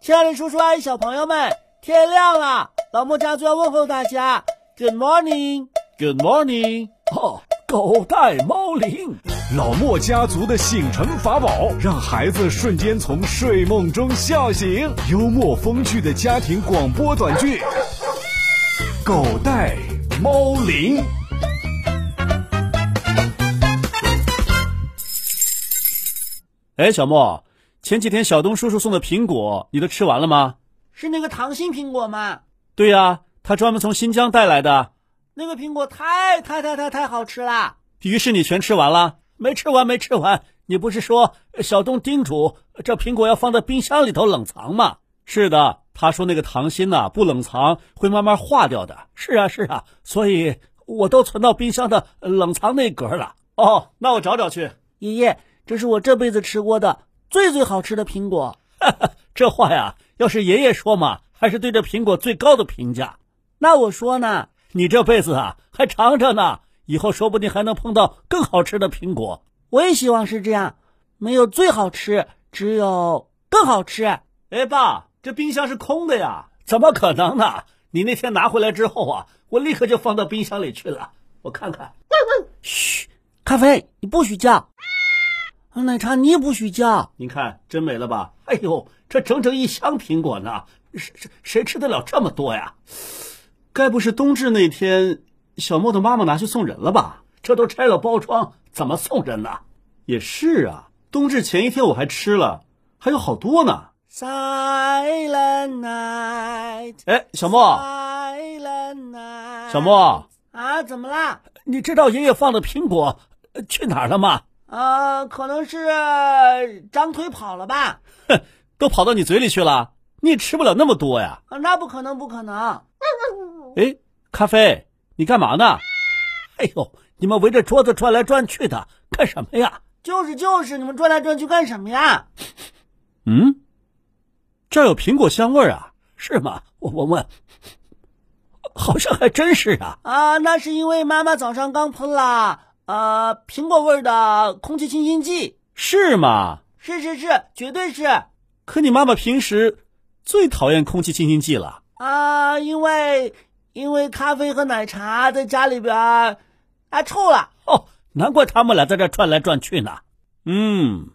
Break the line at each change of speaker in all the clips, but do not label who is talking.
亲爱的叔叔阿姨、小朋友们，天亮了，老莫家族要问候大家。Good morning，Good
morning。
哦，狗带猫铃，
老莫家族的醒神法宝，让孩子瞬间从睡梦中笑醒。幽默风趣的家庭广播短剧，《狗带猫铃》。
哎，小莫，前几天小东叔叔送的苹果，你都吃完了吗？
是那个糖心苹果吗？
对呀、啊，他专门从新疆带来的。
那个苹果太太太太太好吃啦！
于是你全吃完了？没吃完，没吃完。你不是说呃小东叮嘱呃这苹果要放在冰箱里头冷藏吗？是的，他说那个糖心呐、啊，不冷藏会慢慢化掉的。是啊，是啊，所以我都存到冰箱的呃冷藏那格了。哦，那我找找去，
爷爷。这是我这辈子吃过的最最好吃的苹果。
这话呀，要是爷爷说嘛，还是对这苹果最高的评价。
那我说呢，
你这辈子啊还长着呢，以后说不定还能碰到更好吃的苹果。
我也希望是这样，没有最好吃，只有更好吃。
哎，爸，这冰箱是空的呀，怎么可能呢？你那天拿回来之后啊，我立刻就放到冰箱里去了。我看看。
嘘，咖啡，你不许叫。啊奶茶，你也不许叫！
你看，真没了吧？哎呦，这整整一箱苹果呢，谁谁谁吃得了这么多呀？该不是冬至那天小莫的妈妈拿去送人了吧？这都拆了包装，怎么送人呢？也是啊，冬至前一天我还吃了，还有好多呢。
Silent night。
哎，小莫。
Silent night。
小莫。
啊，怎么啦？
你知道爷爷放的苹果去哪儿了吗？
呃，可能是长腿跑了吧？
哼，都跑到你嘴里去了，你也吃不了那么多呀。
啊，那不可能，不可能。
哎，咖啡，你干嘛呢？哎呦，你们围着桌子转来转去的，干什么呀？
就是就是，你们转来转去干什么呀？
嗯，这有苹果香味啊？是吗？我闻闻，好像还真是啊。
啊，那是因为妈妈早上刚喷了。呃，苹果味的空气清新剂
是吗？
是是是，绝对是。
可你妈妈平时最讨厌空气清新剂了
啊、呃，因为因为咖啡和奶茶在家里边啊、呃、臭了。
哦，难怪他们俩在这转来转去呢。嗯，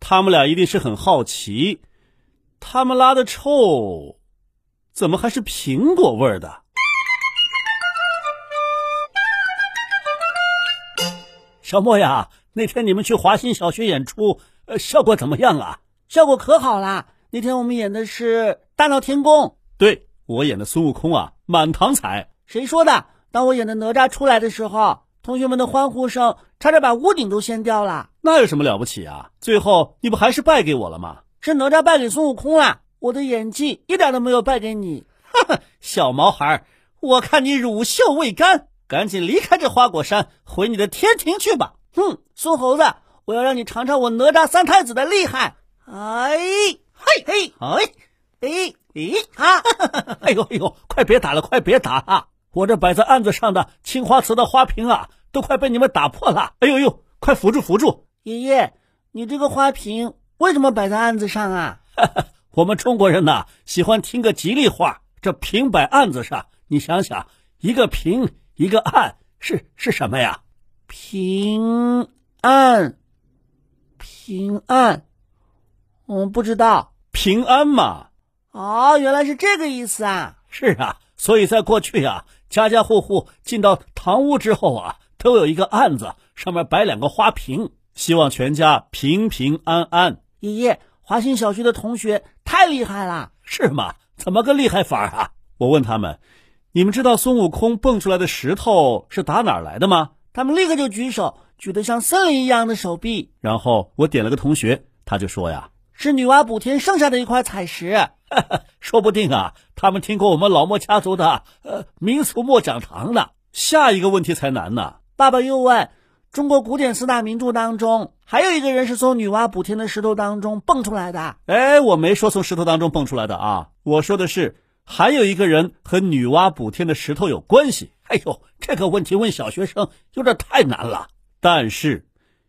他们俩一定是很好奇，他们拉的臭怎么还是苹果味的？小莫呀，那天你们去华新小学演出，呃，效果怎么样啊？
效果可好啦！那天我们演的是《大闹天宫》，
对我演的孙悟空啊，满堂彩。
谁说的？当我演的哪吒出来的时候，同学们的欢呼声差点把屋顶都掀掉了。
那有什么了不起啊？最后你不还是败给我了吗？
是哪吒败给孙悟空啦、啊！我的演技一点都没有败给你。
哈哈， 小毛孩，我看你乳臭未干。赶紧离开这花果山，回你的天庭去吧！
哼、嗯，孙猴子，我要让你尝尝我哪吒三太子的厉害！哎，嘿嘿，哎，哎，哎，啊！
哎呦哎呦，快别打了，快别打啊！我这摆在案子上的青花瓷的花瓶啊，都快被你们打破了！哎呦呦，快扶住扶住！
爷爷，你这个花瓶为什么摆在案子上啊？
我们中国人呐、啊，喜欢听个吉利话，这瓶摆案子上，你想想，一个瓶。一个案是是什么呀？
平安，平安，嗯，不知道
平安嘛？
哦，原来是这个意思啊！
是啊，所以在过去啊，家家户户进到堂屋之后啊，都有一个案子，上面摆两个花瓶，希望全家平平安安。
爷爷，华新小学的同学太厉害了，
是吗？怎么个厉害法啊？我问他们。你们知道孙悟空蹦出来的石头是打哪儿来的吗？
他们立刻就举手，举得像森林一样的手臂。
然后我点了个同学，他就说呀：“”
是女娲补天剩下的一块彩石。
说不定啊，他们听过我们老莫家族的呃民俗莫讲堂呢。下一个问题才难呢。
爸爸又问：中国古典四大名著当中，还有一个人是从女娲补天的石头当中蹦出来的？
哎，我没说从石头当中蹦出来的啊，我说的是。还有一个人和女娲补天的石头有关系。哎呦，这个问题问小学生有点太难了。但是，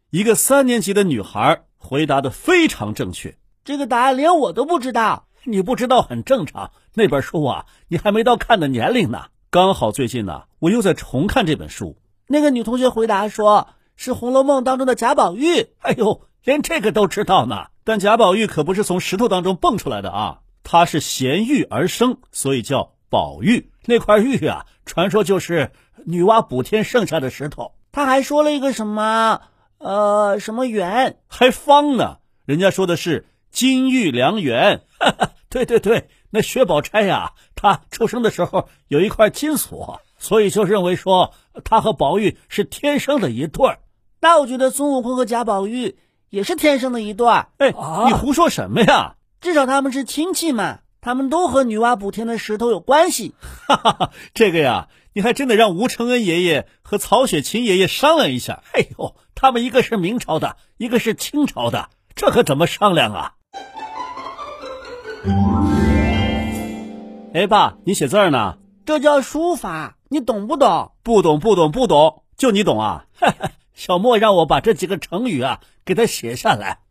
一个三年级的女孩回答的非常正确。
这个答案连我都不知道。
你不知道很正常。那本书啊，你还没到看的年龄呢。刚好最近呢、我又在重看这本书。
那个女同学回答说：“是《红楼梦》当中的贾宝玉。
哎呦，连这个都知道呢。但贾宝玉可不是从石头当中蹦出来的啊，他是衔玉而生，所以叫宝玉。那块玉啊，传说就是女娲补天剩下的石头，”
他还说了一个什么，呃，什么缘？
还方呢。人家说的是金玉良缘。 哈哈，对对对，那薛宝钗呀、她出生的时候有一块金锁，所以就认为说她和宝玉是天生的一对儿。
那我觉得孙悟空和贾宝玉也是天生的一对儿，
哎，
啊
你胡说什么呀？
至少他们是亲戚嘛，他们都和女娲补天的石头有关系。
哈哈哈， 这个呀，你还真得让吴承恩爷爷和曹雪芹爷爷商量一下。哎呦，他们一个是明朝的，一个是清朝的，这可怎么商量啊？哎，爸，你写字儿呢？
这叫书法，你懂不懂？
不懂，不懂，不懂，就你懂啊！ 小莫让我把这几个成语啊给他写下来。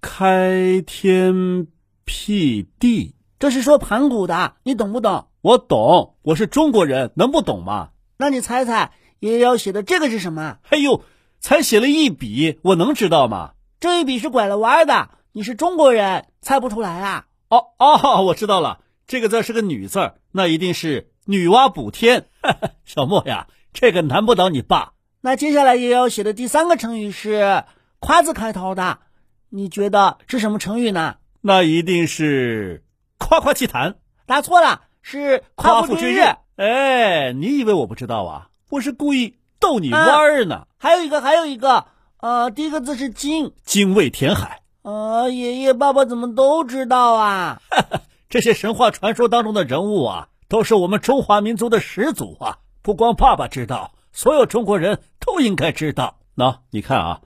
开天辟地，
这是说盘古的，你懂不懂？
我懂，我是中国人，能不懂吗？
那你猜猜爷爷要写的这个是什么？
哎呦，才写了一笔，我能知道吗？
这一笔是拐了弯儿的，你是中国人，猜不出来啊？
哦哦，我知道了，这个字是个女字儿，那一定是女娲补天。 小莫呀，这个难不倒你爸。
那接下来爷爷要写的第三个成语是“夸”字开头的，你觉得是什么成语呢？
那一定是夸夸其谈，
答错了，是“夸父追日”。
哎，你以为我不知道啊？我是故意逗
啊
你玩儿呢。
嗯还有一个，还有一个，呃，第一个字是“金
精卫填海，”。
呃，爷爷、爸爸怎么都知道啊？
这些神话传说当中的人物啊，都是我们中华民族的始祖啊！不光爸爸知道，所有中国人都应该知道。那你看啊，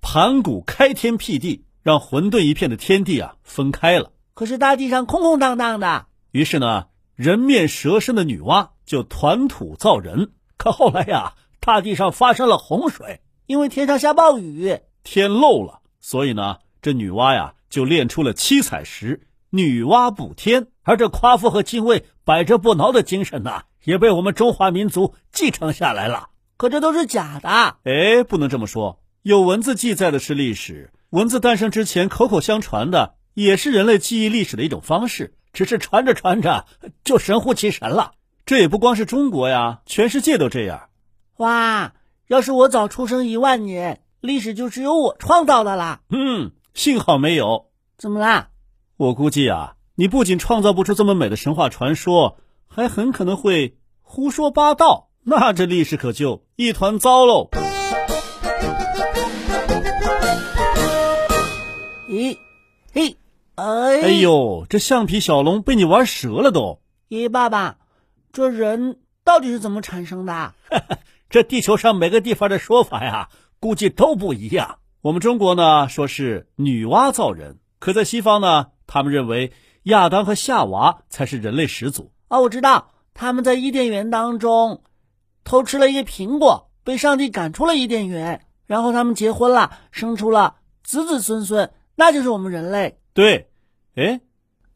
盘古开天辟地，让混沌一片的天地啊分开了。
可是大地上空空荡荡的，
于是呢，人面蛇身的女娲就团土造人。可后来呀、大地上发生了洪水，
因为天上下暴雨。
天漏了，所以呢，这女娲呀就炼出了七彩石，女娲补天。而这夸父和精卫百折不挠的精神呐、也被我们中华民族继承下来了。
可这都是假的。
哎，不能这么说，有文字记载的是历史，文字诞生之前口口相传的也是人类记忆历史的一种方式，只是传着传着就神乎其神了。这也不光是中国呀，全世界都这样。
哇，要是我早出生一万年，历史就只有我创造的啦。
嗯，幸好没有，
怎么啦？
我估计啊，你不仅创造不出这么美的神话传说，还很可能会胡说八道，那这历史可就一团糟喽。
哎咦，嘿，哎，
哎，呦，这橡皮小龙被你玩折了都！
爷爷爸爸，这人到底是怎么产生的？啊
这地球上每个地方的说法呀，估计都不一样。我们中国呢，说是女娲造人，可在西方呢，他们认为亚当和夏娃才是人类始祖。
哦，我知道，他们在伊甸园当中偷吃了一个苹果，被上帝赶出了伊甸园，然后他们结婚了，生出了子子孙孙，那就是我们人类
对，哎，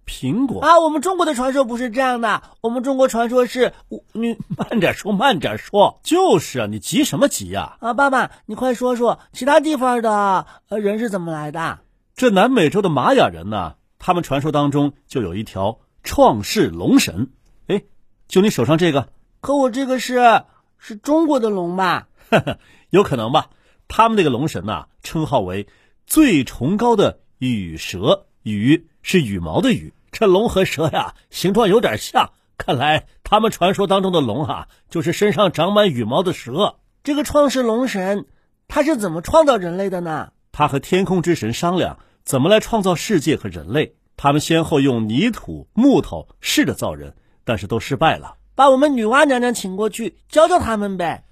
苹果
啊。我们中国的传说不是这样的，我们中国传说是我 女
慢点说，慢点说。就是啊，你急什么急呀、
啊，爸爸，你快说说其他地方的呃人是怎么来的？
这南美洲的玛雅人呢、他们传说当中就有一条创世龙神。哎，就你手上这个，
可我这个是是中国的龙吧？
有可能吧？他们那个龙神呐、称号为最崇高的羽蛇，羽是羽毛的羽。这龙和蛇呀，形状有点像。看来他们传说当中的龙啊，就是身上长满羽毛的蛇。
这个创世龙神他是怎么创造人类的呢？
他和天空之神商量怎么来创造世界和人类。他们先后用泥土、木头试着造人，但是都失败了。
把我们女娲娘娘请过去教教他们呗。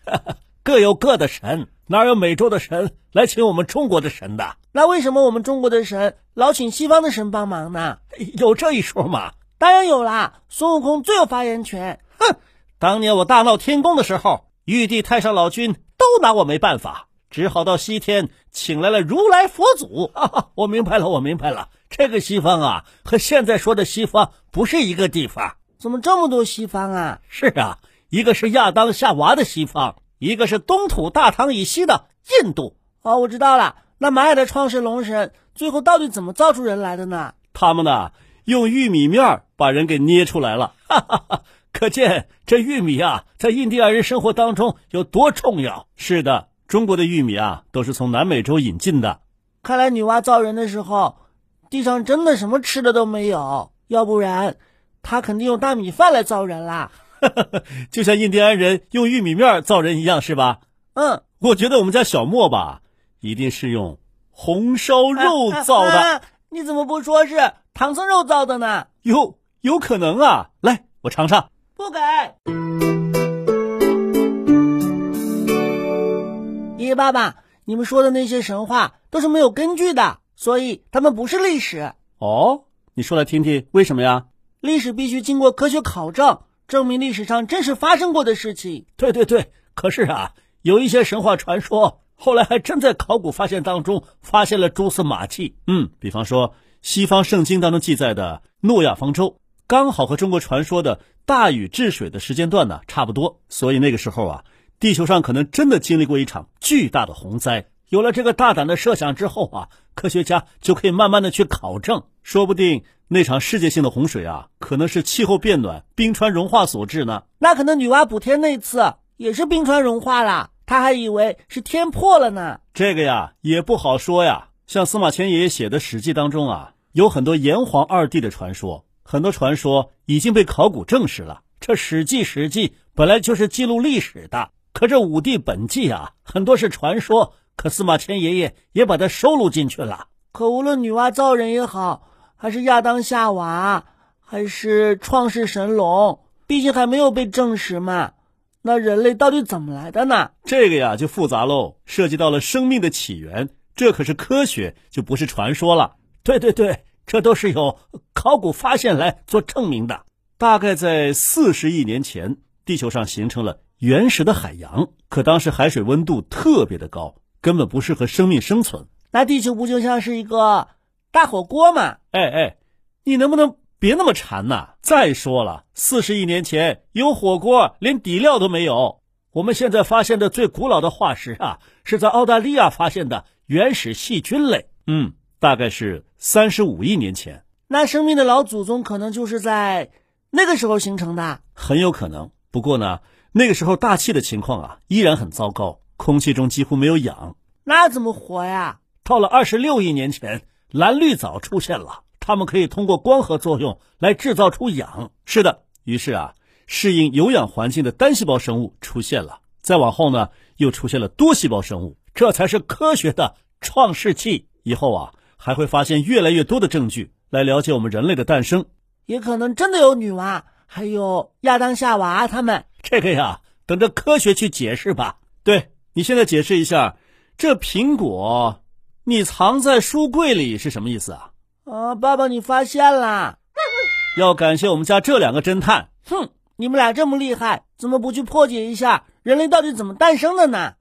各有各的神，哪有美洲的神来请我们中国的神的？
那为什么我们中国的神老请西方的神帮忙呢？
有这一说吗？
当然有啦，孙悟空最有发言权。
当年我大闹天宫的时候，玉帝、太上老君都拿我没 办法，只好到西天请来了如来佛祖。哈哈，我明白了，我明白了，这个西方啊，和现在说的西方不是一个地方。
怎么这么多西方啊？
是啊，一个是亚当夏娃的西方，一个是东土大唐以西的印度。
哦，我知道了。那玛雅的创世龙神最后到底怎么造出人来的呢？
他们呢，用玉米面儿把人给捏出来了。哈哈哈！可见这玉米啊，在印第安人生活当中有多重要。是的，中国的玉米啊，都是从南美洲引进的。
看来女娲造人的时候，地上真的什么吃的都没有，要不然她肯定用大米饭来造人啦。
就像印第安人用玉米面儿造人一样，是吧？
嗯，
我觉得我们家小莫吧，一定是用红烧肉造的。
啊啊你怎么不说是唐僧肉造的呢？
哟，有可能啊！来，我尝尝。
不给。爷爷、爸爸，你们说的那些神话都是没有根据的，所以他们不是历史。
哦，你说来听听，为什么呀？
历史必须经过科学考证，证明历史上真实发生过的事情。
对对对，可是啊，有一些神话传说，后来还真在考古发现当中发现了蛛丝马迹。嗯，比方说西方圣经当中记载的诺亚方舟，刚好和中国传说的大禹治水的时间段呢差不多，所以那个时候啊，地球上可能真的经历过一场巨大的洪灾。有了这个大胆的设想之后啊，科学家就可以慢慢的去考证，说不定那场世界性的洪水啊，可能是气候变暖、冰川融化所致呢。
那可能女娲补天那次啊也是冰川融化了，她还以为是天破了呢。
这个呀也不好说呀。像司马迁爷爷写的《史记》当中啊，有很多炎黄二帝的传说，很多传说已经被考古证实了。这《史记》《史记》本来就是记录历史的，可这《五帝本纪》啊，很多是传说，可司马迁爷爷也把它收录进去了。
可无论女娲造人也好，还是亚当夏娃，还是创世神龙，毕竟还没有被证实嘛。那人类到底怎么来的呢？
这个呀就复杂喽，涉及到了生命的起源，这可是科学，就不是传说了。对对对，这都是有考古发现来做证明的。大概在四十亿年前，地球上形成了原始的海洋，可当时海水温度特别的高，根本不适合生命生存。
那地球不就像是一个大火锅嘛？
哎哎，你能不能别那么馋呐、再说了，四十亿年前有火锅，连底料都没有。我们现在发现的最古老的化石啊，是在澳大利亚发现的原始细菌类。嗯，大概是三十五亿年前，
那生命的老祖宗可能就是在那个时候形成的。
很有可能。不过呢，那个时候大气的情况啊，依然很糟糕，空气中几乎没有氧。
那怎么活呀？
到了二十六亿年前，蓝绿藻出现了，它们可以通过光合作用来制造出氧。是的，于是啊，适应有氧环境的单细胞生物出现了。再往后呢，又出现了多细胞生物，这才是科学的创世纪。以后啊，还会发现越来越多的证据来了解我们人类的诞生。
也可能真的有女娲，还有亚当、夏娃他们。
这个呀，等着科学去解释吧。对你现在解释一下，这苹果你藏在书柜里是什么意思啊？
啊，爸爸，你发现啦！
要感谢我们家这两个侦探。
哼，你们俩这么厉害，怎么不去破解一下人类到底怎么诞生的呢？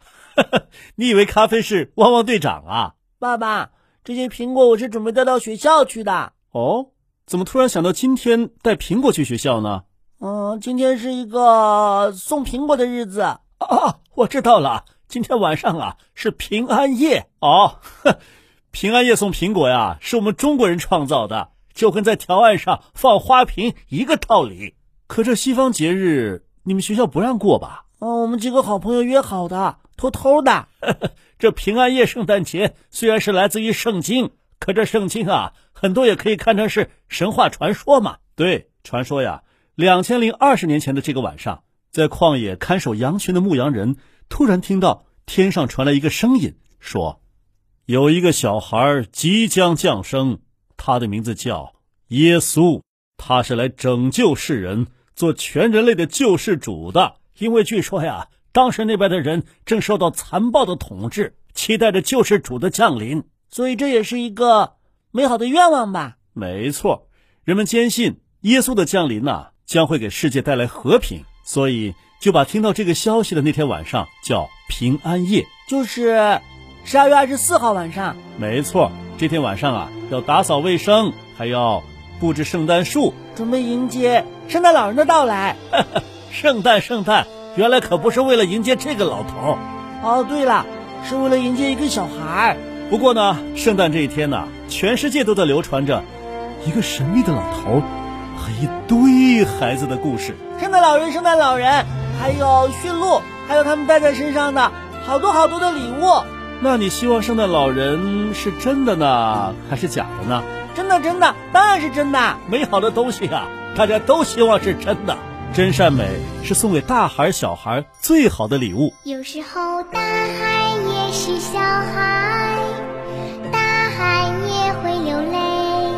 你以为咖啡是汪汪队长啊？
爸爸，这些苹果我是准备带到学校去的。
哦，怎么突然想到今天带苹果去学校呢？
嗯，今天是一个送苹果的日子。
啊，我知道了，今天晚上啊是平安夜哦。 呵平安夜送苹果呀，是我们中国人创造的，就跟在条案上放花瓶一个道理。可这西方节日，你们学校不让过吧？
嗯，我们几个好朋友约好的，偷偷的。
这平安夜、圣诞节虽然是来自于圣经，可这圣经啊，很多也可以看成是神话传说嘛。对，传说呀，两千零二十年前的这个晚上，在旷野看守羊群的牧羊人突然听到天上传来一个声音，说：“有一个小孩即将降生，他的名字叫耶稣，他是来拯救世人，做全人类的救世主的。因为据说呀，当时那边的人正受到残暴的统治，期待着救世主的降临。
所以这也是一个美好的愿望吧。
没错，人们坚信耶稣的降临呐、将会给世界带来和平，所以就把听到这个消息的那天晚上叫平安夜。
就是十二月二十四号晚上，
没错，这天晚上啊，要打扫卫生，还要布置圣诞树。
准备迎接圣诞老人的到来。
圣诞，圣诞，原来可不是为了迎接这个老头儿。
哦，对了，是为了迎接一个小孩儿。
不过呢，圣诞这一天呢、全世界都在流传着一个神秘的老头儿和一堆孩子的故事。
圣诞老人，圣诞老人，还有驯鹿，还有他们带在身上的好多好多的礼物，
那你希望圣诞老人是真的呢， 还是假的呢？
真的真的，当然是真的。
美好的东西啊，大家都希望是真的。真善美是送给大孩儿小孩儿最好的礼物。
有时候大海也是小孩，大海也会流泪，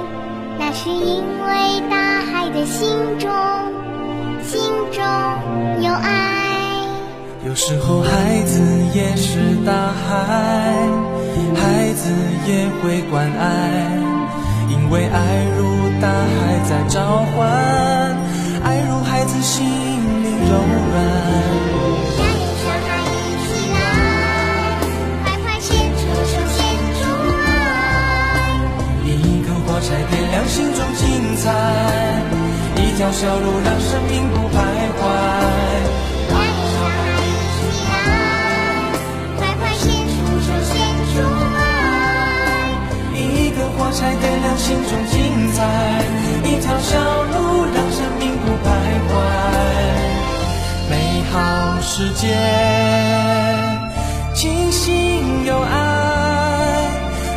那是因为大海的心中，心中有爱。
有时候孩子也是大海，孩子也会关爱，因为爱如大海在召唤，爱如孩子心里柔软。
加油，小孩一起来，快快献出手，献出爱。
一颗火柴点亮心中精彩，一条小路让生命不徘徊。
加油，小孩一起来，快快献出手，献出爱。
一个火柴点亮心中精彩，一条小路让生命不徘徊。美好世界，清新有爱，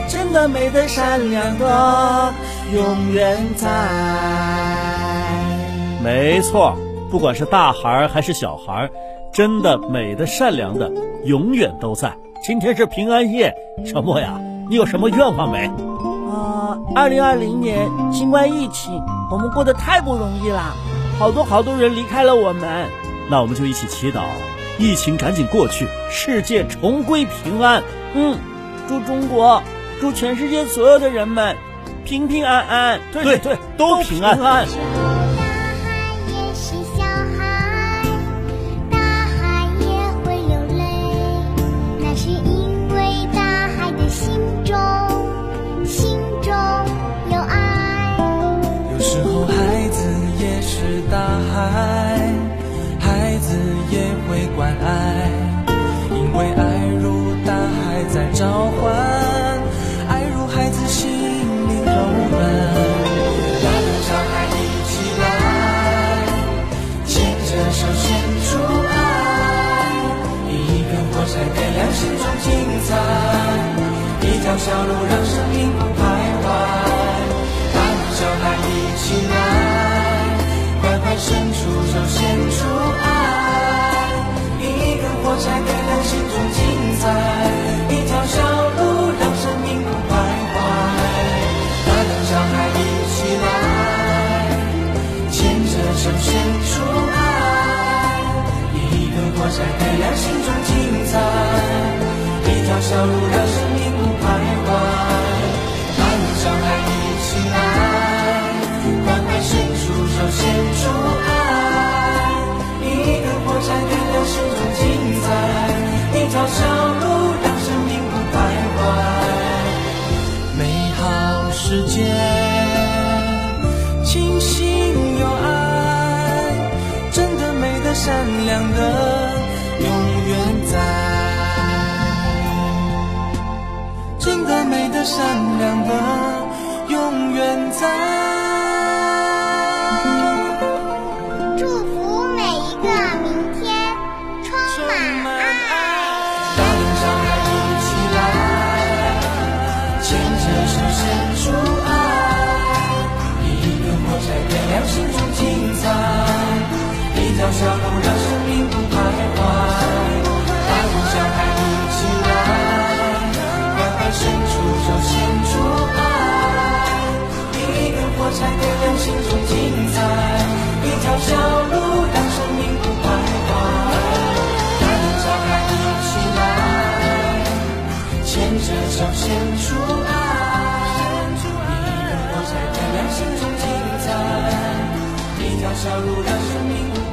真的美的善良的，永远在。
没错，不管是大孩儿还是小孩儿，真的美的、善良的，永远都在。今天是平安夜，小莫呀，你有什么愿望没？
呃，二零二零年新冠疫情，我们过得太不容易啦，好多好多人离开了我们。
那我们就一起祈祷，疫情赶紧过去，世界重归平安。
嗯，祝中国，祝全世界所有的人们平平安安。
对对，都平安。
大海也是小孩，大海也会流泪，那是因为大海的心中，心中有爱。
有时候孩子也是大海，孩子也会关爱，因为爱如大海在召唤，爱如孩子心里柔软。大人小孩一起来，牵着手献出爱，一根火柴点亮心中精彩，一条小路让生命不徘徊。大人小孩一起来，快快伸出手，献出爱，一根火柴点亮心中精彩，一条小路让生命不徘徊。大人小孩一起来，牵着手，献出爱，一根火柴点亮心中精彩，一条小路让生命不徘徊。大人小孩一起来，快快伸出手，献出爱，一根火柴点亮心中精彩，一条小路让生命不徘徊。美好世界，清新有爱，真的美的、善良的，永远在。真的美的、善良的，永远在。
祝福每一个明天，充满爱。
大人小孩一起来，牵着手献出爱，一根火柴点亮心中精彩，一条小路让生命不徘徊。大人小孩一起来，快快伸出手献出爱，一根火柴点亮心中精彩，一条小路让生命不徘徊。大人小孩一起来，牵着手献出爱，一根火柴点亮心中精彩，一条小路让生命无